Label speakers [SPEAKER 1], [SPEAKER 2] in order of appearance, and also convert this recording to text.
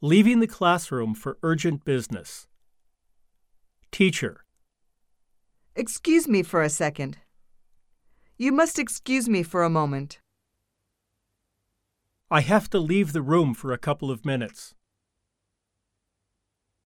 [SPEAKER 1] Leaving the classroom for urgent business. Teacher,
[SPEAKER 2] Excuse me for a second. You must excuse me for a moment.
[SPEAKER 1] I have to leave the room for a couple of minutes.